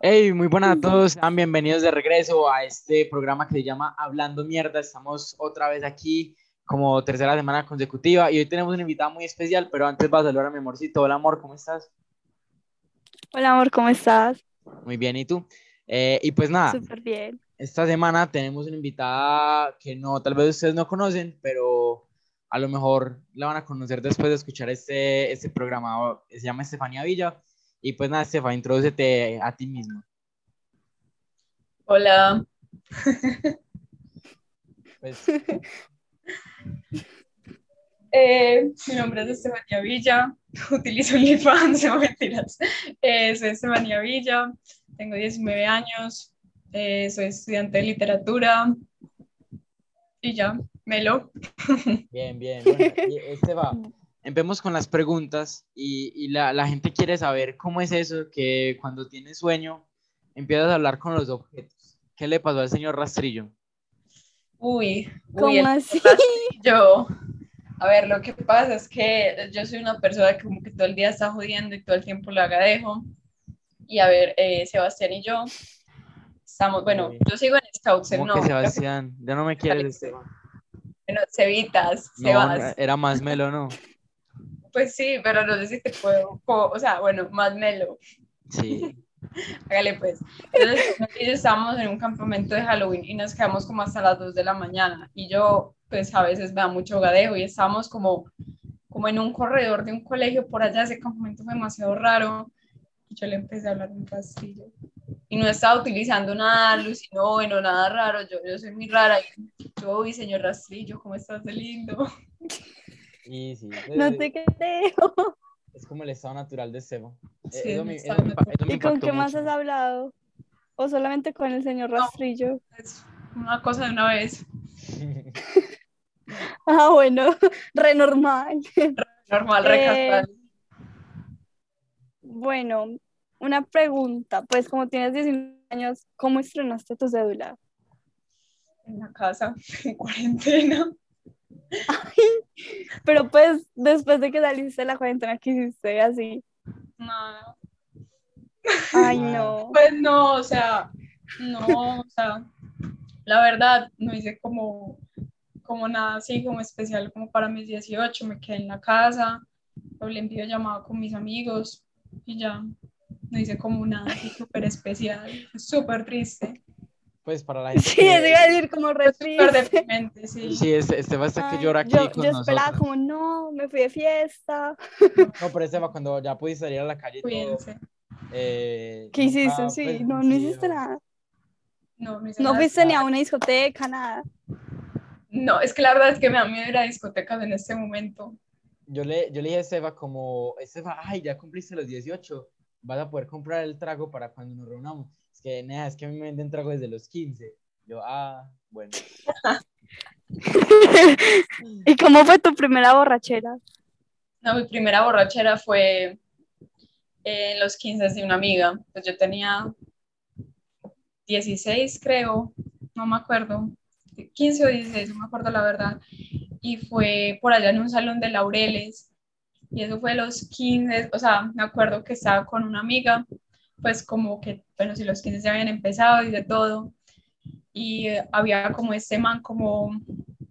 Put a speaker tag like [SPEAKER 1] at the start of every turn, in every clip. [SPEAKER 1] Hey, muy buenas a todos, sean bienvenidos de regreso a este programa que se llama Hablando Mierda. Estamos otra vez aquí como tercera semana consecutiva y hoy tenemos un invitado muy especial, pero antes va a saludar a mi amorcito. Hola amor, ¿cómo estás?
[SPEAKER 2] Hola amor, ¿cómo estás?
[SPEAKER 1] Muy bien, ¿y tú? Eh, y pues nada,
[SPEAKER 2] Súper bien.
[SPEAKER 1] esta semana tenemos una invitada que no, tal vez ustedes no conocen, pero a lo mejor la van a conocer después de escuchar este, este programa. Se llama Estefanía Villa. Y pues nada, Estefanía, introdúcete a ti misma.
[SPEAKER 3] Hola,
[SPEAKER 1] Pues,
[SPEAKER 3] eh, mi nombre es Estefanía Villa, utilizo OnlyFans, no mentiras. Eh, soy Estefanía Villa, tengo 19 años, eh, soy estudiante de literatura y ya, Melo.
[SPEAKER 2] Mm.
[SPEAKER 1] Bien, bien. Bueno, y, Estefa, empecemos con las preguntas y, y la, la gente quiere saber cómo es eso que cuando tienes sueño empiezas a hablar con los objetos. ¿Qué le pasó al señor Rastrillo?
[SPEAKER 3] Uy, uy, el
[SPEAKER 2] ¿Cómo así?
[SPEAKER 3] Yo, a ver, lo que pasa es que yo soy una persona que como que todo el día está jodiendo y todo el tiempo lo agadejo. Y a ver, eh, Sebastián y yo estamos, bueno,
[SPEAKER 1] Uy.
[SPEAKER 3] yo sigo en Scouts, él
[SPEAKER 1] ¿Cómo
[SPEAKER 3] no,
[SPEAKER 1] que Sebastián? Ya no me quieres, Estefa.
[SPEAKER 3] bueno, Cevitas,
[SPEAKER 1] No, eh.
[SPEAKER 3] Sebas.
[SPEAKER 1] era más melo, ¿no?
[SPEAKER 3] Pues sí, pero no sé si te puedo, puedo- o sea, bueno, más melo,
[SPEAKER 1] Sí.
[SPEAKER 3] hágale pues. Entonces, ellos estábamos en un campamento de Halloween y nos quedamos como hasta las 2 de la mañana y yo, pues a veces me da mucho gadejo y estábamos como, como en un corredor de un colegio por allá, ese campamento fue demasiado raro y yo le empecé a hablar de un castillo y no estaba utilizando nada alucinógeno, nada raro, yo, yo soy muy rara y yo, uy, señor Rastrillo, ¿cómo estás de lindo?
[SPEAKER 1] Y sí,
[SPEAKER 2] No
[SPEAKER 1] es-
[SPEAKER 2] te creo.
[SPEAKER 1] es como el estado natural de Seba. Eh,
[SPEAKER 3] Sí,
[SPEAKER 1] eso
[SPEAKER 3] el
[SPEAKER 1] me-
[SPEAKER 3] estado
[SPEAKER 1] eso me impa- eso me
[SPEAKER 2] ¿Y con
[SPEAKER 1] impactó
[SPEAKER 2] qué más
[SPEAKER 1] mucho.
[SPEAKER 2] has hablado? ¿O solamente con el señor Rastrillo?
[SPEAKER 3] Es una cosa de una vez,
[SPEAKER 2] Ah, bueno, re normal.
[SPEAKER 3] normal,
[SPEAKER 2] Eh,
[SPEAKER 3] recastar.
[SPEAKER 2] Bueno, una pregunta. Pues como tienes 19 años, ¿cómo estrenaste tu cédula?
[SPEAKER 3] en la casa, en cuarentena.
[SPEAKER 2] Pero pues después de que saliste de la cuarentena, ¿qué hiciste así?
[SPEAKER 3] No,
[SPEAKER 2] Ay,
[SPEAKER 1] Ah.
[SPEAKER 2] no.
[SPEAKER 3] pues no, o sea, no, o sea, la verdad, no hice como, como nada así, como especial, como para mis 18, me quedé en la casa, hablé en videollamada con mis amigos y ya, no hice como nada así súper especial, súper triste,
[SPEAKER 1] Pues para la gente.
[SPEAKER 2] Sí,
[SPEAKER 1] que-
[SPEAKER 2] eso iba a decir como re
[SPEAKER 3] súper
[SPEAKER 2] triste.
[SPEAKER 3] deprimente, sí.
[SPEAKER 1] Sí, este- Estefa está que
[SPEAKER 2] Ay,
[SPEAKER 1] llora aquí
[SPEAKER 2] Ah, yo,
[SPEAKER 1] con
[SPEAKER 2] yo esperaba
[SPEAKER 1] nosotros.
[SPEAKER 2] como, no, me fui de fiesta.
[SPEAKER 1] No, pero Estefa, cuando ya pudiste salir a la calle y todo,
[SPEAKER 3] Cuídense.
[SPEAKER 1] Eh,
[SPEAKER 2] ¿Qué
[SPEAKER 1] nunca,
[SPEAKER 2] hiciste?
[SPEAKER 1] pues,
[SPEAKER 2] Sí, no, no
[SPEAKER 1] sí,
[SPEAKER 2] hiciste nada.
[SPEAKER 3] No, no, hice
[SPEAKER 2] No
[SPEAKER 3] nada.
[SPEAKER 2] fuiste ni a una discoteca, nada.
[SPEAKER 3] no, es que la verdad es que me da miedo ir a discotecas en este momento.
[SPEAKER 1] Yo le, yo le dije a Seba como, Seba, ay, ya cumpliste los 18, vas a poder comprar el trago para cuando nos reunamos. Es que, nada, es que a mí me venden trago desde los 15. Yo, ah, bueno.
[SPEAKER 2] ¿Y cómo fue tu primera borrachera?
[SPEAKER 3] No, mi primera borrachera fue eh, en los 15 de una amiga. Pues yo tenía 16, creo, no me acuerdo. 15 o 16, no me acuerdo la verdad. Y fue por allá en un salón de laureles. Y eso fue los 15, o sea, me acuerdo que estaba con una amiga, pues como que, bueno, si los 15 ya habían empezado y de todo. Y eh, había como este man como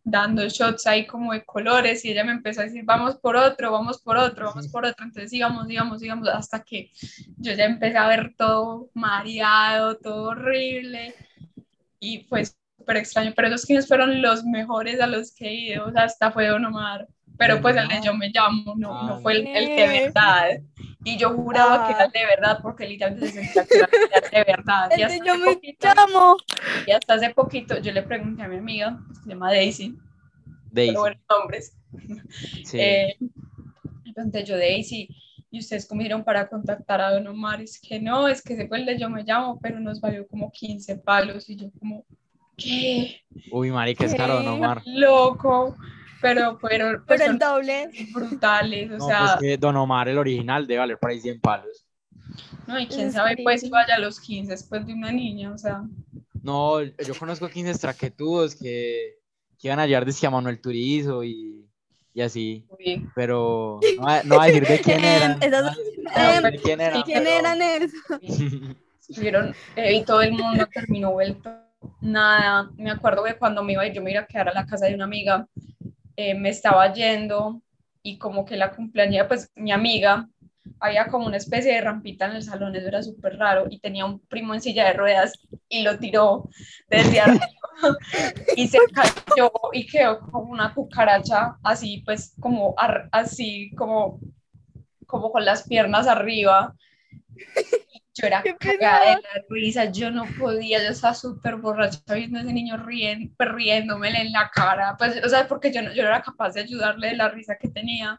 [SPEAKER 3] dando shots ahí como de colores y ella me empezó a decir, vamos por otro, vamos por otro, vamos por otro. Entonces íbamos, íbamos, íbamos hasta que yo ya empecé a ver todo mareado, todo horrible y fue súper extraño. Pero esos 15 fueron los mejores a los que he ido, o sea, hasta fue Don Omar. Pero pues el de yo me llamo, no,
[SPEAKER 1] Ah.
[SPEAKER 3] no fue el, el de verdad. Y yo juraba que era el de verdad, porque literalmente se sentía que era el de verdad. Y
[SPEAKER 2] El
[SPEAKER 3] hasta
[SPEAKER 2] de Este, yo
[SPEAKER 3] hace
[SPEAKER 2] me
[SPEAKER 3] poquito-
[SPEAKER 2] llamo.
[SPEAKER 3] y hasta hace poquito yo le pregunté a mi amiga, que se llama Daisy,
[SPEAKER 1] Daisy,
[SPEAKER 3] pero buenos nombres.
[SPEAKER 1] sí.
[SPEAKER 3] Eh, entonces yo, Daisy, ¿y ustedes cómo hicieron para contactar a Don Omar? Es que no, es que se fue el de yo me llamo, pero nos valió como 15 palos. Y yo como, ¿qué?
[SPEAKER 1] Uy, marica, es caro, no,
[SPEAKER 2] ¿qué?
[SPEAKER 1] Omar.
[SPEAKER 3] Loco. Pero fueron
[SPEAKER 2] Pero el
[SPEAKER 3] personas
[SPEAKER 2] doble.
[SPEAKER 3] brutales, o
[SPEAKER 1] No,
[SPEAKER 3] sea,
[SPEAKER 1] pues que Don Omar, el original, debe valer por ahí 100 palos.
[SPEAKER 3] no, y quién
[SPEAKER 2] es
[SPEAKER 3] sabe pues si
[SPEAKER 2] carísimo.
[SPEAKER 3] vaya a los 15 después de una niña, o sea,
[SPEAKER 1] No, yo conozco 15 traquetudos que, que iban a llevar disque a Manuel Turizo y, y así,
[SPEAKER 3] uy,
[SPEAKER 1] pero no, va- no va a decir de quién
[SPEAKER 2] Em,
[SPEAKER 1] eran.
[SPEAKER 2] esas-
[SPEAKER 3] Ah,
[SPEAKER 1] no va a decir- no va a decir de
[SPEAKER 2] em,
[SPEAKER 1] quién eran,
[SPEAKER 2] ¿Y quién
[SPEAKER 1] pero-
[SPEAKER 2] eran esos?
[SPEAKER 3] Vieron, eh, y todo el mundo terminó vuelto nada. Me acuerdo que cuando me iba, a ir, yo me iba a quedar a la casa de una amiga, eh, me estaba yendo y como que la cumpleañera, pues mi amiga, había como una especie de rampita en el salón, eso era súper raro, y tenía un primo en silla de ruedas y lo tiró desde arriba y se cayó y quedó como una cucaracha así, pues como ar- así, como, como con las piernas arriba. Y Yo era
[SPEAKER 2] Qué
[SPEAKER 3] cagada de
[SPEAKER 2] pesada.
[SPEAKER 3] la risa, yo no podía, yo estaba súper borracha viendo a ese niño rien- pues, riéndomele en la cara, pues, o sea, porque yo no, yo no era capaz de ayudarle de la risa que tenía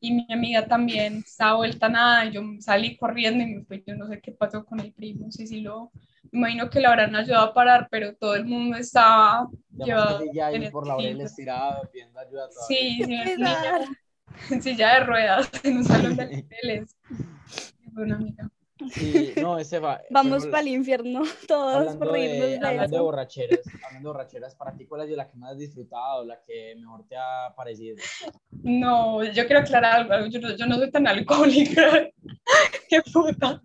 [SPEAKER 3] y mi amiga también estaba vuelta a nada, yo salí corriendo y me fui, yo no sé qué pasó con el primo, sí, sí lo, me imagino que lo habrán ayudado a parar, pero todo el mundo estaba,
[SPEAKER 1] Además,
[SPEAKER 3] Yo-
[SPEAKER 1] que ya ahí
[SPEAKER 3] en
[SPEAKER 1] por
[SPEAKER 3] el
[SPEAKER 1] la
[SPEAKER 3] quinto.
[SPEAKER 1] Aurelia estirada pidiendo ayuda. todavía.
[SPEAKER 3] sí, sí,
[SPEAKER 2] Qué
[SPEAKER 3] en silla- en silla de ruedas, en un salón de hoteles. Fue una amiga.
[SPEAKER 1] Sí, no, ese va.
[SPEAKER 2] Vamos
[SPEAKER 1] pero-
[SPEAKER 2] para el infierno todos
[SPEAKER 1] Hablando
[SPEAKER 2] por reírnos
[SPEAKER 1] de,
[SPEAKER 2] de,
[SPEAKER 1] hablando de
[SPEAKER 2] eso.
[SPEAKER 1] borracheras, hablando de borracheras, ¿para ti cuál es la que más has disfrutado, la que mejor te ha parecido? Pues
[SPEAKER 3] No, yo quiero aclarar algo, algo, yo, no- yo no soy tan alcohólica, qué putas.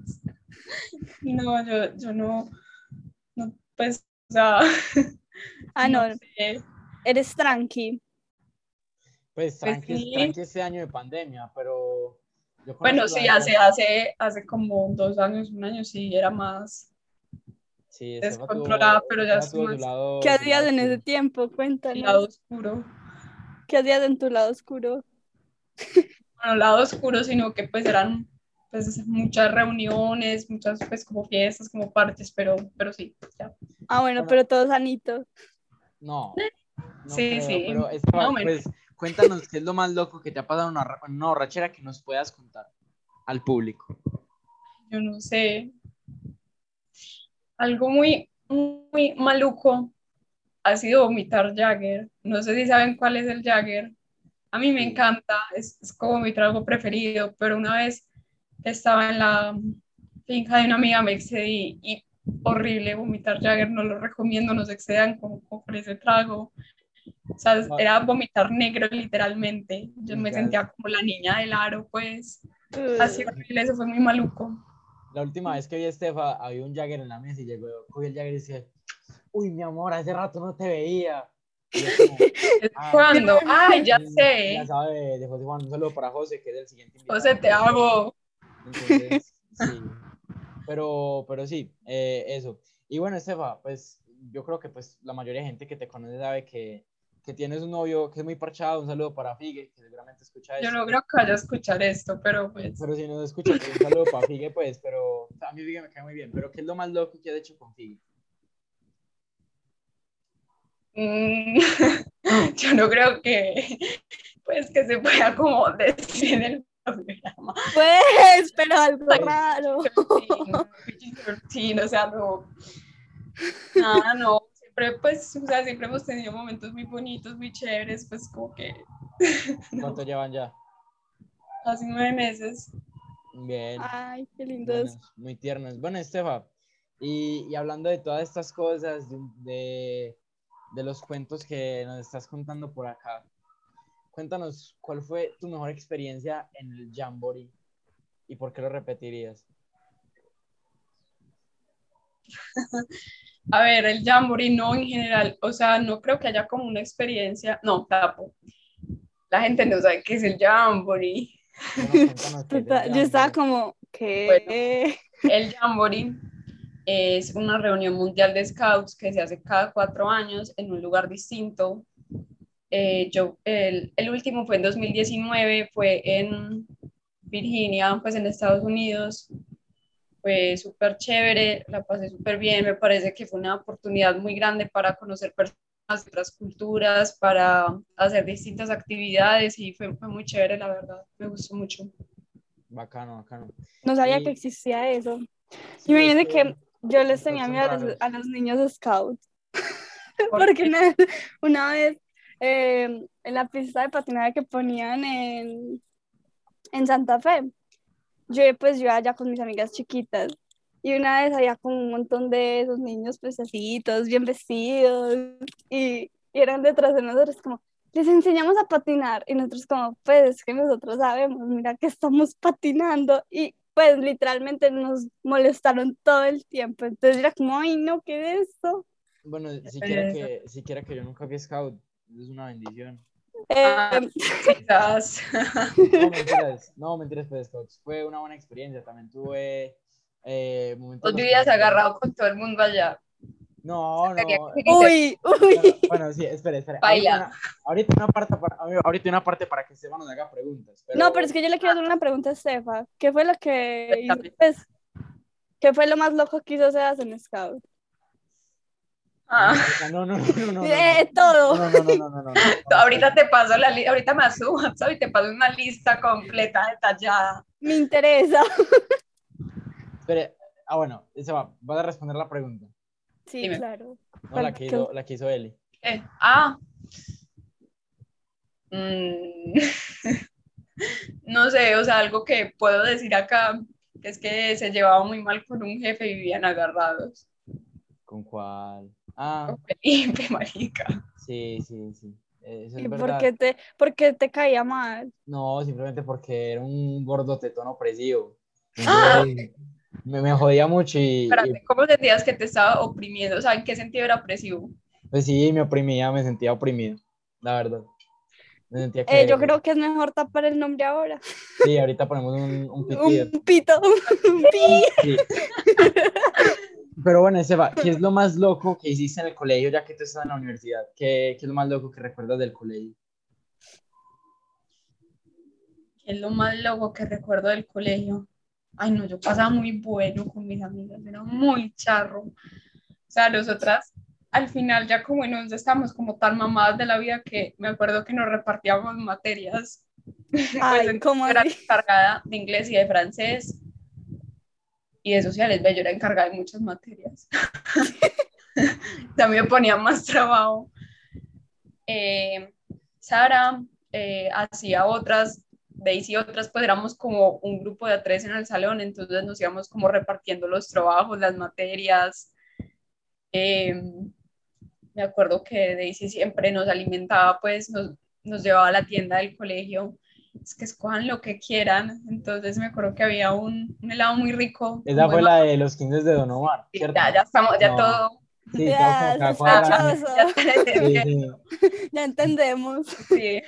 [SPEAKER 3] No, yo, yo no, no, pues, o sea,
[SPEAKER 2] Ah, no,
[SPEAKER 3] sé.
[SPEAKER 2] eres tranqui.
[SPEAKER 1] Pues tranqui,
[SPEAKER 3] sí.
[SPEAKER 1] tranqui este año de pandemia, pero... yo
[SPEAKER 3] Bueno,
[SPEAKER 1] conozco la
[SPEAKER 3] sí,
[SPEAKER 1] de-
[SPEAKER 3] hace, hace, hace como dos años, un año, sí, era más.
[SPEAKER 1] Sí,
[SPEAKER 3] descontrolada, pero ya
[SPEAKER 1] estuvo
[SPEAKER 3] estoy más-
[SPEAKER 1] Oh,
[SPEAKER 2] ¿Qué hacías en ese tiempo?
[SPEAKER 3] El
[SPEAKER 2] Cuéntanos.
[SPEAKER 3] lado oscuro.
[SPEAKER 2] ¿Qué hacías en tu lado oscuro?
[SPEAKER 3] Bueno, lado oscuro, sino que pues eran pues, muchas reuniones, muchas pues como fiestas, como partes, pero, pero sí, ya.
[SPEAKER 2] Ah, bueno,
[SPEAKER 1] Bueno.
[SPEAKER 2] pero todo sanito.
[SPEAKER 1] No. no
[SPEAKER 3] Sí,
[SPEAKER 1] creo,
[SPEAKER 3] sí,
[SPEAKER 1] Pero es-
[SPEAKER 3] más o menos.
[SPEAKER 1] pues, cuéntanos qué es lo más loco que te ha pasado en una, ra- en una borrachera que nos puedas contar al público.
[SPEAKER 3] Yo no sé. Algo muy, muy maluco ha sido vomitar Jagger. No sé si saben cuál es el Jagger. A mí me encanta, es, es como mi trago preferido, pero una vez estaba en la finca de una amiga, me excedí y horrible vomitar Jagger, no lo recomiendo, no se excedan con, con ese trago. O sea,
[SPEAKER 1] No.
[SPEAKER 3] era vomitar negro literalmente. Yo me
[SPEAKER 1] Ya.
[SPEAKER 3] sentía como la niña del aro, pues. Así
[SPEAKER 2] Así.
[SPEAKER 3] horrible, eso fue muy maluco.
[SPEAKER 1] La última vez que vi a Estefa, había un Jagger en la mesa y llegó, cogió el Jagger y dice, uy, mi amor, hace rato no te veía. Y yo como, "Ah,
[SPEAKER 3] ¿Cuándo? Ay, ya
[SPEAKER 1] Ya
[SPEAKER 3] sé.
[SPEAKER 1] sabe, de José Juan, un saludo para José, que es el siguiente invitado.
[SPEAKER 3] José, te amo.
[SPEAKER 1] Entonces, sí. Pero, pero sí, eh, eso. Y bueno, Estefa, pues yo creo que pues la mayoría de gente que te conoce sabe que, que tienes un novio que es muy parchado. Un saludo para Figue, que seguramente escucha
[SPEAKER 3] Yo
[SPEAKER 1] eso.
[SPEAKER 3] no creo que vaya a escuchar esto, pero pues
[SPEAKER 1] Pero si no escucha, pues, un saludo para Figue, pues, pero o sea, a mí Figue me cae muy bien. Pero ¿qué es lo más loco que has hecho con Figue?
[SPEAKER 3] mm, yo no creo que pues que se pueda como decir en el programa.
[SPEAKER 2] Pues, pero algo
[SPEAKER 1] Ay.
[SPEAKER 2] raro.
[SPEAKER 3] Sí, sí, o sea, no. Nada, no. Siempre, pues, o sea, siempre hemos tenido momentos muy bonitos, muy chéveres, pues como que
[SPEAKER 1] ¿Cuánto llevan ya?
[SPEAKER 3] hace nueve meses.
[SPEAKER 1] Bien.
[SPEAKER 3] Ah,
[SPEAKER 2] Ay, qué lindo es.
[SPEAKER 1] Buenas, muy tiernas. Bueno, Estefa, y, y hablando de todas estas cosas, de, de- de los cuentos que nos estás contando por acá, cuéntanos cuál fue tu mejor experiencia en el Jamboree y por qué lo repetirías.
[SPEAKER 3] A ver, el Jamboree no en general, o sea, no creo que haya como una experiencia, no, tapo. La gente no sabe qué es el Jamboree.
[SPEAKER 1] Bueno, cuéntanos qué es el
[SPEAKER 2] Total, Yo estaba
[SPEAKER 1] Jamboree.
[SPEAKER 2] como, ¿qué?
[SPEAKER 3] El Jamboree es una reunión mundial de scouts que se hace cada cuatro años en un lugar distinto. Eh, yo, el, el último fue en 2019, fue en Virginia, pues en Estados Unidos. Fue súper chévere, la pasé súper bien. Me parece que fue una oportunidad muy grande para conocer personas de otras culturas, para hacer distintas actividades y fue, fue muy chévere, la verdad. Me gustó mucho.
[SPEAKER 1] Bacano, bacano. Este,
[SPEAKER 2] No sabía
[SPEAKER 1] Sí.
[SPEAKER 2] que existía eso.
[SPEAKER 1] Sí,
[SPEAKER 2] Imagínate
[SPEAKER 1] es
[SPEAKER 2] que yo les tenía
[SPEAKER 1] son
[SPEAKER 2] miedo a
[SPEAKER 1] raros.
[SPEAKER 2] los, a los niños scouts. Porque eh, una vez, una vez, eh, en la pista de patinaje que ponían en, en Santa Fe, yo pues yo iba allá con mis amigas chiquitas y una vez había como un montón de esos niños pues así, todos bien vestidos y, y eran detrás de nosotros como, les enseñamos a patinar y nosotros como, pues es que nosotros sabemos, mira que estamos patinando y pues literalmente nos molestaron todo el tiempo. Entonces era como, ay, no, ¿qué es esto?
[SPEAKER 1] Bueno, siquiera que, siquiera que yo nunca fui scout, es una bendición.
[SPEAKER 3] Ah,
[SPEAKER 2] Eh,
[SPEAKER 3] quizás.
[SPEAKER 1] No, mentiras, no, mentiras, pues, scouts. Fue una buena experiencia, también tuve eh, momentos...
[SPEAKER 3] Vos
[SPEAKER 1] bastante-
[SPEAKER 3] vivías agarrado con todo el mundo allá.
[SPEAKER 1] No,
[SPEAKER 3] Quería
[SPEAKER 1] no.
[SPEAKER 3] que-
[SPEAKER 2] uy,
[SPEAKER 1] Bueno,
[SPEAKER 2] uy.
[SPEAKER 1] bueno, sí, espera, espera.
[SPEAKER 3] Baila.
[SPEAKER 1] Ahorita una, ahorita una parte para, ahorita una parte para que Esteban nos haga preguntas. Pero,
[SPEAKER 2] No, pero es que yo le quiero hacer una pregunta a Estefa. ¿Qué fue lo que hizo,
[SPEAKER 3] Cuéntame.
[SPEAKER 2] pues, ¿Qué fue lo más loco que hizo Sebas en Scout?
[SPEAKER 3] Ah,
[SPEAKER 1] No, no, no, no, no, no, no.
[SPEAKER 2] Eh, todo.
[SPEAKER 1] No, no, no, no, no, no, no.
[SPEAKER 3] Ah. ahorita te paso la lista, ahorita me haces un WhatsApp y te paso una lista completa, detallada.
[SPEAKER 2] Me interesa.
[SPEAKER 1] Espere, ah, bueno, se va, vas a responder la pregunta.
[SPEAKER 2] Sí,
[SPEAKER 3] Dime.
[SPEAKER 2] claro.
[SPEAKER 1] No, la que
[SPEAKER 2] ¿Qué?
[SPEAKER 1] hizo, la que hizo Eli.
[SPEAKER 3] Eh, ah. Mm. no sé, o sea, algo que puedo decir acá es que se llevaba muy mal con un jefe y vivían agarrados.
[SPEAKER 1] ¿Con cuál? Ah,
[SPEAKER 3] Felipe, marica.
[SPEAKER 1] sí, sí, sí. Eso es
[SPEAKER 2] ¿Y por
[SPEAKER 1] verdad.
[SPEAKER 2] qué, te, por qué te caía mal?
[SPEAKER 1] No, simplemente porque era un gordo tetón opresivo.
[SPEAKER 3] Ah.
[SPEAKER 1] Entonces, Me, me jodía mucho y, y,
[SPEAKER 3] Espérate, ¿cómo sentías que te estaba oprimiendo? O sea, ¿en qué sentido era opresivo?
[SPEAKER 1] pues sí, me oprimía, me sentía oprimido, la verdad. Me sentía
[SPEAKER 2] Eh,
[SPEAKER 1] que-
[SPEAKER 2] yo creo que es mejor tapar el nombre ahora.
[SPEAKER 1] Sí, ahorita ponemos un, un pitido.
[SPEAKER 2] Un pito. Un pi.
[SPEAKER 1] Sí. Pero bueno, Seba, ¿qué es lo más loco que hiciste en el colegio ya que tú estás en la universidad? ¿Qué, qué es lo más loco que recuerdas del colegio?
[SPEAKER 3] ¿Qué es lo más loco que recuerdo del colegio? Ay, no, yo pasaba muy bueno con mis amigas, era muy charro. O sea, nosotras al final ya como en 11 estábamos como tan mamadas de la vida que me acuerdo que nos repartíamos materias.
[SPEAKER 2] Ay,
[SPEAKER 3] entonces
[SPEAKER 2] ¿cómo
[SPEAKER 3] yo era
[SPEAKER 2] así?
[SPEAKER 3] encargada de inglés y de francés y de sociales, ve, yo era encargada de muchas materias. También me ponía más trabajo. Eh, Sara eh, hacía otras, Daisy otras, pues éramos como un grupo de a tres en el salón, entonces nos íbamos como repartiendo los trabajos, las materias. Eh, me acuerdo que Daisy siempre nos alimentaba, pues nos, nos llevaba a la tienda del colegio. Es que escojan lo que quieran. Entonces me acuerdo que había un, un helado muy rico.
[SPEAKER 1] Esa
[SPEAKER 3] como
[SPEAKER 1] fue
[SPEAKER 3] de
[SPEAKER 1] la de los 15 de Don Omar,
[SPEAKER 3] Sí,
[SPEAKER 1] ¿cierto?
[SPEAKER 3] Ya, ya estamos, ya
[SPEAKER 1] No.
[SPEAKER 3] todo.
[SPEAKER 1] Sí,
[SPEAKER 2] Ya,
[SPEAKER 1] estamos como cada cuadra.
[SPEAKER 2] sospechoso.
[SPEAKER 3] ya está
[SPEAKER 1] Sí,
[SPEAKER 3] entendido,
[SPEAKER 1] sí.
[SPEAKER 2] Ya entendemos.
[SPEAKER 3] sí.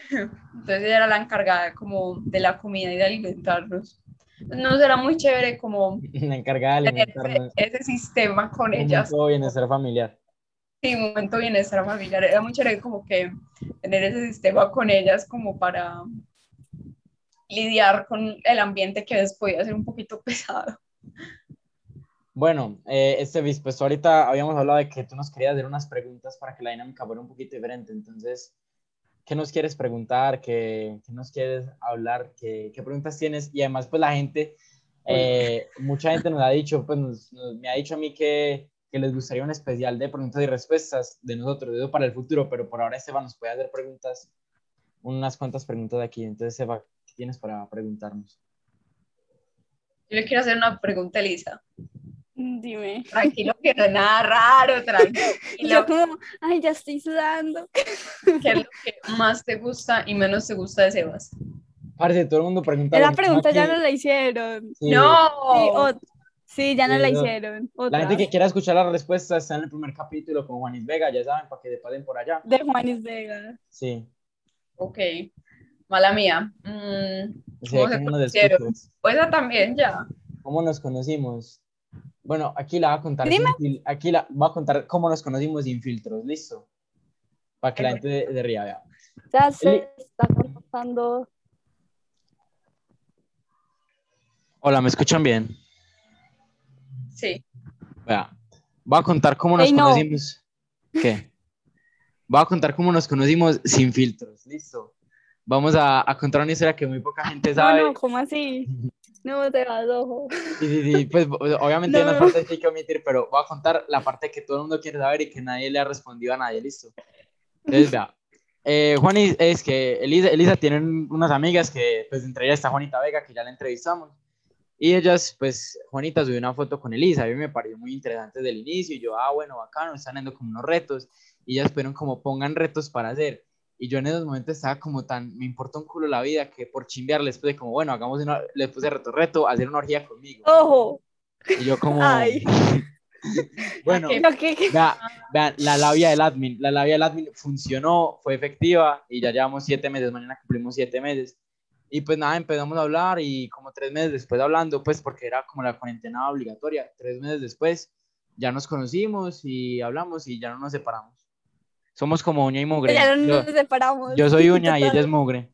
[SPEAKER 3] Entonces era la encargada como de la comida y de alimentarnos. Nos era muy chévere como
[SPEAKER 1] La encargada de
[SPEAKER 3] tener ese,
[SPEAKER 1] alimentarnos.
[SPEAKER 3] ese sistema con
[SPEAKER 1] Un
[SPEAKER 3] ellas.
[SPEAKER 1] todo bienestar familiar.
[SPEAKER 3] Sí, momento bienestar familiar. Era muy chévere como que tener ese sistema con ellas como para lidiar con el ambiente que a veces podía ser un poquito pesado.
[SPEAKER 1] Bueno, eh, Estevis, pues ahorita habíamos hablado de que tú nos querías hacer unas preguntas para que la dinámica fuera un poquito diferente. Entonces, ¿qué nos quieres preguntar? ¿Qué, qué nos quieres hablar? ¿Qué, qué preguntas tienes? Y además, pues la gente, eh, mucha gente nos ha dicho, pues nos- nos- me ha dicho a mí que, que les gustaría un especial de preguntas y respuestas de nosotros, de eso para el futuro, pero por ahora Esteban nos puede hacer preguntas, unas cuantas preguntas de aquí. Entonces, Esteban, ¿qué tienes para preguntarnos?
[SPEAKER 3] Yo le quiero hacer una pregunta, Elisa.
[SPEAKER 2] Dime.
[SPEAKER 3] Tranquilo, que no es nada raro,
[SPEAKER 2] Y
[SPEAKER 3] tranquilo.
[SPEAKER 2] yo como, ay, ya estoy sudando.
[SPEAKER 3] ¿Qué es lo que más te gusta y menos te gusta de Sebas?
[SPEAKER 1] Parce, todo el mundo pregunta. lo
[SPEAKER 2] La
[SPEAKER 1] mismo
[SPEAKER 2] pregunta ya
[SPEAKER 1] aquí.
[SPEAKER 2] no la hicieron.
[SPEAKER 1] Sí.
[SPEAKER 2] Sí,
[SPEAKER 3] No.
[SPEAKER 2] ot- sí, ya no la
[SPEAKER 1] Sí, no.
[SPEAKER 2] hicieron.
[SPEAKER 1] Eh, La
[SPEAKER 2] Otra.
[SPEAKER 1] gente que quiera escuchar la respuesta está en el primer capítulo con Juanis Vega, ya saben, para que se pasen por allá.
[SPEAKER 2] De Juanis Vega.
[SPEAKER 1] Sí,
[SPEAKER 3] Ok, mala mía. Mm,
[SPEAKER 1] sí,
[SPEAKER 3] ¿Cómo
[SPEAKER 1] ¿cómo
[SPEAKER 3] se
[SPEAKER 1] nos
[SPEAKER 3] conocieron?
[SPEAKER 1] descubres?
[SPEAKER 3] pues esa también ya.
[SPEAKER 1] ¿Cómo nos conocimos? Bueno, aquí la va a contar.
[SPEAKER 2] Dime.
[SPEAKER 1] sin fil- Aquí la va a contar cómo nos conocimos sin filtros, listo. Para que la gente se ría, vea.
[SPEAKER 2] Ya
[SPEAKER 1] Eli-
[SPEAKER 2] se está cortando.
[SPEAKER 1] Hola, ¿me escuchan bien?
[SPEAKER 3] Sí.
[SPEAKER 1] Vea, voy a contar cómo nos
[SPEAKER 2] Ey, no.
[SPEAKER 1] conocimos. ¿Qué? Voy a contar cómo nos conocimos sin filtros, listo. Vamos a, a contar una historia que muy poca gente
[SPEAKER 2] No,
[SPEAKER 1] sabe.
[SPEAKER 2] no, ¿cómo así? No te vas, ojo.
[SPEAKER 1] Sí, sí, sí, pues o- obviamente hay
[SPEAKER 2] No.
[SPEAKER 1] unas partes que hay que omitir, pero voy a contar la parte que todo el mundo quiere saber y que nadie le ha respondido a nadie, listo. Entonces, vea, eh, Juanis, es que Elisa, Elisa tiene unas amigas que, pues entre ellas está Juanita Vega, que ya la entrevistamos, y ellas, pues Juanita subió una foto con Elisa, a mí me pareció muy interesante desde el inicio, y yo, ah, bueno, bacano, están haciendo como unos retos, y ellas fueron como pongan retos para hacer, Y yo en esos momentos estaba como tan, me importa un culo la vida, que por chimbear les puse como, bueno, hagamos una, les puse reto, reto, hacer una orgía conmigo.
[SPEAKER 2] Ojo.
[SPEAKER 1] Y yo como,
[SPEAKER 2] Ay.
[SPEAKER 1] bueno,
[SPEAKER 3] Ok.
[SPEAKER 2] No, ¿qué- qué?
[SPEAKER 1] vea- vean, la labia del admin, la labia del admin funcionó, fue efectiva y ya llevamos siete meses, mañana cumplimos siete meses. Y pues nada, empezamos a hablar y como tres meses después de hablando, pues porque era como la cuarentena obligatoria, tres meses después ya nos conocimos y hablamos y ya no nos separamos. Somos como uña y mugre.
[SPEAKER 2] Pues Ya no
[SPEAKER 1] Yo-
[SPEAKER 2] nos separamos.
[SPEAKER 1] yo soy uña y
[SPEAKER 2] Total.
[SPEAKER 1] ella es mugre.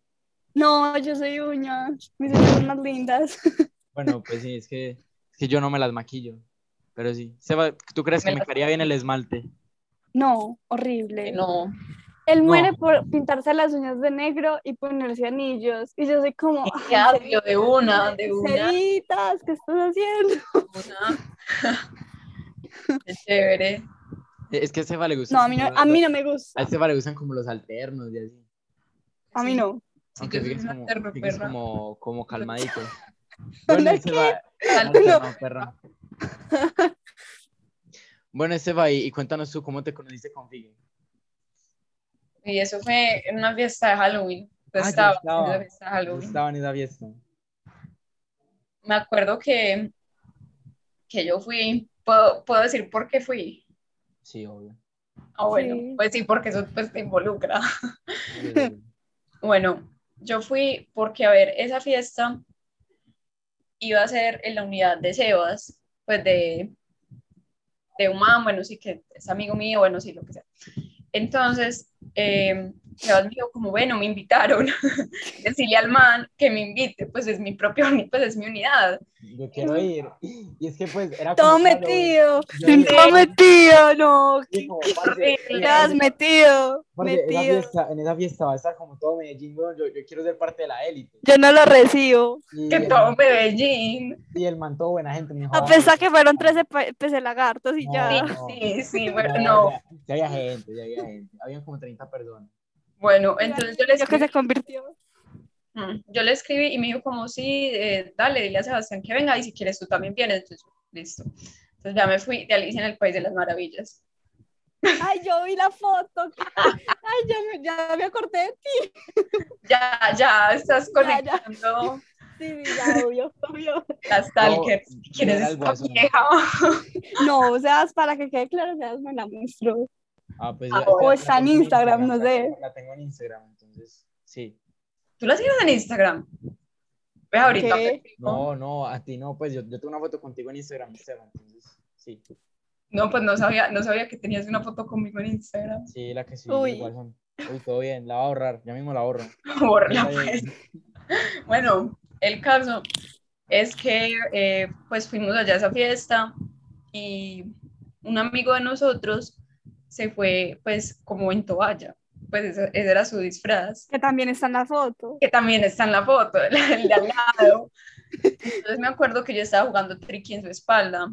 [SPEAKER 2] No, yo soy uña. Mis uñas son más lindas.
[SPEAKER 1] Bueno, pues sí, es que, es que yo no me las maquillo. Pero sí. Seba, ¿tú crees que
[SPEAKER 3] Me
[SPEAKER 1] me
[SPEAKER 3] las-
[SPEAKER 1] quedaría bien el esmalte?
[SPEAKER 2] No, horrible.
[SPEAKER 3] No.
[SPEAKER 2] Él
[SPEAKER 1] No.
[SPEAKER 2] muere por pintarse las uñas de negro y ponerse anillos. Y yo soy como,
[SPEAKER 3] Qué agrio, de una, de una, de
[SPEAKER 2] Ceritas, ¿qué estás haciendo?
[SPEAKER 3] una. Qué chévere.
[SPEAKER 1] Eh, Es que a Seba le gustan.
[SPEAKER 2] No, a mí no,
[SPEAKER 1] como
[SPEAKER 2] a mí
[SPEAKER 1] los-
[SPEAKER 2] no me gusta.
[SPEAKER 1] a Seba le gustan como los alternos y así.
[SPEAKER 2] A mí
[SPEAKER 3] Sí.
[SPEAKER 2] no.
[SPEAKER 3] Sí,
[SPEAKER 1] Aunque
[SPEAKER 3] yo soy
[SPEAKER 1] Figue es
[SPEAKER 3] una
[SPEAKER 1] como,
[SPEAKER 3] terno
[SPEAKER 1] Figue es
[SPEAKER 3] perra.
[SPEAKER 1] como, como calmadito.
[SPEAKER 2] ¿Una
[SPEAKER 1] Bueno,
[SPEAKER 2] qué?
[SPEAKER 1] Seba.
[SPEAKER 3] Tal-
[SPEAKER 1] una terno perra. Bueno, Seba, y, y cuéntanos tú cómo te conociste con Figue.
[SPEAKER 3] Y eso fue en una fiesta de Halloween. Yo
[SPEAKER 1] Ah, yo
[SPEAKER 3] estaba
[SPEAKER 1] estaba.
[SPEAKER 3] en la fiesta de
[SPEAKER 1] Yo
[SPEAKER 3] Halloween.
[SPEAKER 1] Estaba en esa fiesta.
[SPEAKER 3] Me acuerdo que, que yo fui, ¿puedo, puedo decir por qué fui.
[SPEAKER 1] Sí, obvio.
[SPEAKER 3] Ah, bueno,
[SPEAKER 2] Sí.
[SPEAKER 3] pues sí, porque eso pues, te involucra.
[SPEAKER 1] Sí, obvio.
[SPEAKER 3] Bueno, yo fui porque, a ver, esa fiesta iba a ser en la unidad de Sebas, pues de, de Humán, bueno, sí que es amigo mío, bueno, sí, lo que sea. Entonces, eh, Sebas me dijo como, bueno, me invitaron, decirle al man que me invite, pues es mi propio, pues es mi unidad.
[SPEAKER 1] Yo quiero ir. Y es que pues era como
[SPEAKER 2] Todo
[SPEAKER 1] Halloween.
[SPEAKER 2] metido.
[SPEAKER 1] Yo
[SPEAKER 3] Sí.
[SPEAKER 1] dije,
[SPEAKER 2] Todo metido, no. ¿Qué
[SPEAKER 1] como, parce, eh,
[SPEAKER 3] horrible.
[SPEAKER 2] qué has metido?
[SPEAKER 1] Parce, esa
[SPEAKER 2] Metido.
[SPEAKER 1] fiesta- en esa fiesta va a estar como todo Medellín, weón, Yo, yo quiero ser parte de la élite.
[SPEAKER 2] Yo no lo recibo.
[SPEAKER 1] Y,
[SPEAKER 3] Que
[SPEAKER 1] el,
[SPEAKER 3] todo Medellín.
[SPEAKER 1] y el man todo buena gente. "Ah, ni
[SPEAKER 2] A
[SPEAKER 1] joda.
[SPEAKER 2] pesar que fueron 13 pe- peces lagartos y
[SPEAKER 1] No,
[SPEAKER 3] Sí,
[SPEAKER 2] ya.
[SPEAKER 1] no.
[SPEAKER 3] sí, sí, bueno, no.
[SPEAKER 1] ya- ya había gente, ya había gente. Habían como 30 personas.
[SPEAKER 3] Bueno, entonces yo le
[SPEAKER 2] Yo que
[SPEAKER 3] escribí,
[SPEAKER 2] se convirtió.
[SPEAKER 3] mm, yo le escribí y me dijo como, sí, eh, dale, dile a Sebastián que venga y si quieres tú también vienes, entonces listo. Entonces ya me fui de Alicia en el País de las Maravillas.
[SPEAKER 2] Ay, yo vi la foto. Ay, ya me, ya me acordé de ti.
[SPEAKER 3] Ya, ya estás
[SPEAKER 2] Ya, ya.
[SPEAKER 3] conectando
[SPEAKER 2] Sí, sí, ya, obvio, obvio.
[SPEAKER 3] las stalkers.
[SPEAKER 1] No,
[SPEAKER 3] si ¿Quieres
[SPEAKER 1] era Oh, el
[SPEAKER 3] esta
[SPEAKER 1] guasón.
[SPEAKER 3] vieja?
[SPEAKER 2] No, o sea, para que quede claro, seas me la muestro.
[SPEAKER 1] Ah, pues,
[SPEAKER 3] Ah,
[SPEAKER 1] la-
[SPEAKER 3] o
[SPEAKER 1] la-
[SPEAKER 2] está
[SPEAKER 1] la
[SPEAKER 2] en
[SPEAKER 1] tengo
[SPEAKER 2] Instagram, no
[SPEAKER 1] la-
[SPEAKER 2] sé.
[SPEAKER 1] La tengo en Instagram, entonces, sí.
[SPEAKER 3] ¿Tú la sigues en Instagram? Ve ahorita.
[SPEAKER 2] ¿Qué?
[SPEAKER 3] te escribo.
[SPEAKER 2] Ah.
[SPEAKER 1] No, no, a ti no, pues yo, yo tengo una foto contigo en Instagram, Esteban, entonces, sí.
[SPEAKER 3] No, pues no sabía, no sabía que tenías una foto conmigo en Instagram.
[SPEAKER 1] Sí, la que sí,
[SPEAKER 2] Uy.
[SPEAKER 1] igual son. Uy, todo bien, la va a ahorrar, ya mismo la ahorro.
[SPEAKER 3] Bórrala,
[SPEAKER 1] Está
[SPEAKER 3] pues.
[SPEAKER 1] bien.
[SPEAKER 3] Bueno, el caso es que eh, pues fuimos allá a esa fiesta y un amigo de nosotros se fue pues como en toalla, pues ese, ese era su disfraz,
[SPEAKER 2] Que también está en la foto.
[SPEAKER 3] que también está en la foto, el, el de al lado. Entonces me acuerdo que yo estaba jugando triqui en su espalda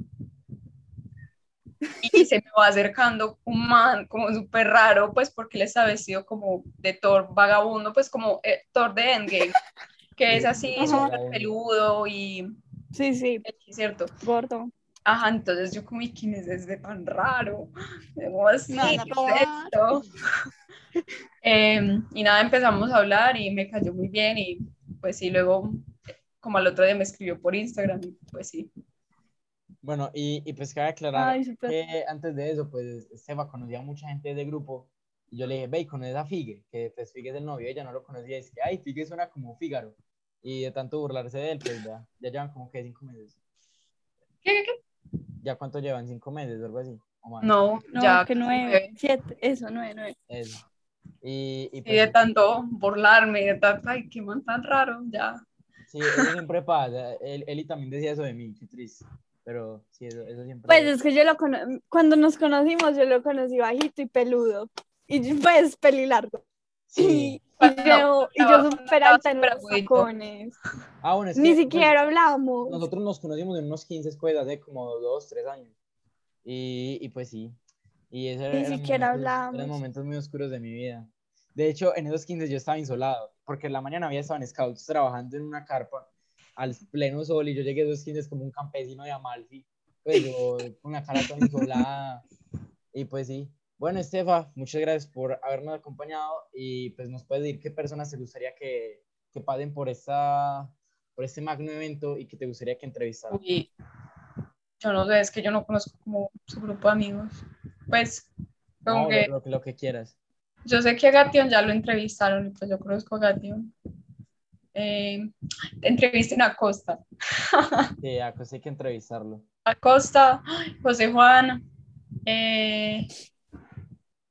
[SPEAKER 3] y se me va acercando un man como súper raro, pues porque él está vestido como de Thor vagabundo, pues como eh, Thor de Endgame, que es así
[SPEAKER 2] Ajá.
[SPEAKER 3] súper peludo y
[SPEAKER 2] Sí, sí,
[SPEAKER 3] cierto.
[SPEAKER 2] gordo.
[SPEAKER 3] Ajá, entonces yo como, ¿y quién es este tan raro? ¿Cómo así?
[SPEAKER 2] No, no,
[SPEAKER 3] ¿Qué
[SPEAKER 2] ¿cómo
[SPEAKER 3] es
[SPEAKER 2] va?
[SPEAKER 3] esto? Eh, y nada, empezamos a hablar y me cayó muy bien y pues sí, luego como al otro día me escribió por Instagram y pues sí.
[SPEAKER 1] Bueno, y, y pues cabe aclarar
[SPEAKER 2] Ay, súper.
[SPEAKER 1] que antes de eso, pues Seba conocía a mucha gente de grupo. Y yo le dije, ve, y conoces a Figue, que pues Figue es el novio, ella no lo conocía. Y es que, ay, Figue suena como Fígaro. Y de tanto burlarse de él, pues ya, ya llevan como que cinco meses.
[SPEAKER 3] ¿Qué, qué, qué?
[SPEAKER 1] ¿Ya cuánto llevan? ¿Cinco meses o algo así? o más.
[SPEAKER 3] No,
[SPEAKER 2] No,
[SPEAKER 3] ya.
[SPEAKER 2] que
[SPEAKER 3] nueve.
[SPEAKER 2] nueve, siete, eso, nueve, nueve.
[SPEAKER 1] Eso. Y, y
[SPEAKER 3] Y de
[SPEAKER 1] pues,
[SPEAKER 3] tanto burlarme, de tanto, ay, qué man tan raro, ya.
[SPEAKER 1] sí, eso siempre pasa. Él, él y también decía eso de mí, qué triste. Pero sí, eso, eso siempre
[SPEAKER 2] Pues es que yo lo cono- cuando nos conocimos, yo lo conocí bajito y peludo. Y yo, pues pelilargo.
[SPEAKER 1] Sí.
[SPEAKER 2] Y, y
[SPEAKER 3] No,
[SPEAKER 2] yo, y yo
[SPEAKER 3] no,
[SPEAKER 2] súper
[SPEAKER 3] no,
[SPEAKER 2] alta en
[SPEAKER 3] súper
[SPEAKER 2] los
[SPEAKER 3] agudito.
[SPEAKER 2] tacones.
[SPEAKER 1] Ah, bueno, es
[SPEAKER 2] Ni
[SPEAKER 1] que, pues,
[SPEAKER 2] siquiera hablamos.
[SPEAKER 1] Nosotros nos conocimos en unos 15 escuelas hace como 2, 3 años. Y, y pues sí. Y eso
[SPEAKER 2] Ni siquiera hablábamos.
[SPEAKER 1] Eran momentos muy oscuros de mi vida. De hecho, en esos 15 yo estaba insolado, porque en la mañana había estado en Scouts trabajando en una carpa al pleno sol y yo llegué a esos 15 como un campesino de Amalfi, pues yo con la cara toda insolada. Y pues sí. Bueno, Estefa, muchas gracias por habernos acompañado y pues nos puedes decir qué personas te gustaría que, que paguen por, esta, por este magno evento y que te gustaría que entrevistaran.
[SPEAKER 3] Y yo no sé, es que yo no conozco como su grupo de amigos. Pues, como
[SPEAKER 1] No,
[SPEAKER 3] que
[SPEAKER 1] lo, lo que- lo que quieras.
[SPEAKER 3] yo sé que a Gation ya lo entrevistaron, y pues yo conozco a Gation. Eh, entrevisten a Costa.
[SPEAKER 1] Sí, a José hay que entrevistarlo.
[SPEAKER 3] Acosta, José Juan, eh,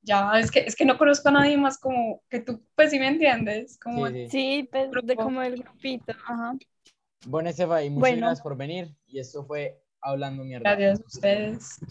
[SPEAKER 3] ya, es que, es que no conozco a nadie más como que tú, pues sí me entiendes, como
[SPEAKER 1] Sí, sí.
[SPEAKER 2] Sí, pues de
[SPEAKER 3] Grupo.
[SPEAKER 2] como el grupito. Ajá.
[SPEAKER 1] Bueno, Estefa, y muchas
[SPEAKER 2] Bueno.
[SPEAKER 1] gracias por venir. Y esto fue Hablando Mierda.
[SPEAKER 3] gracias a ustedes.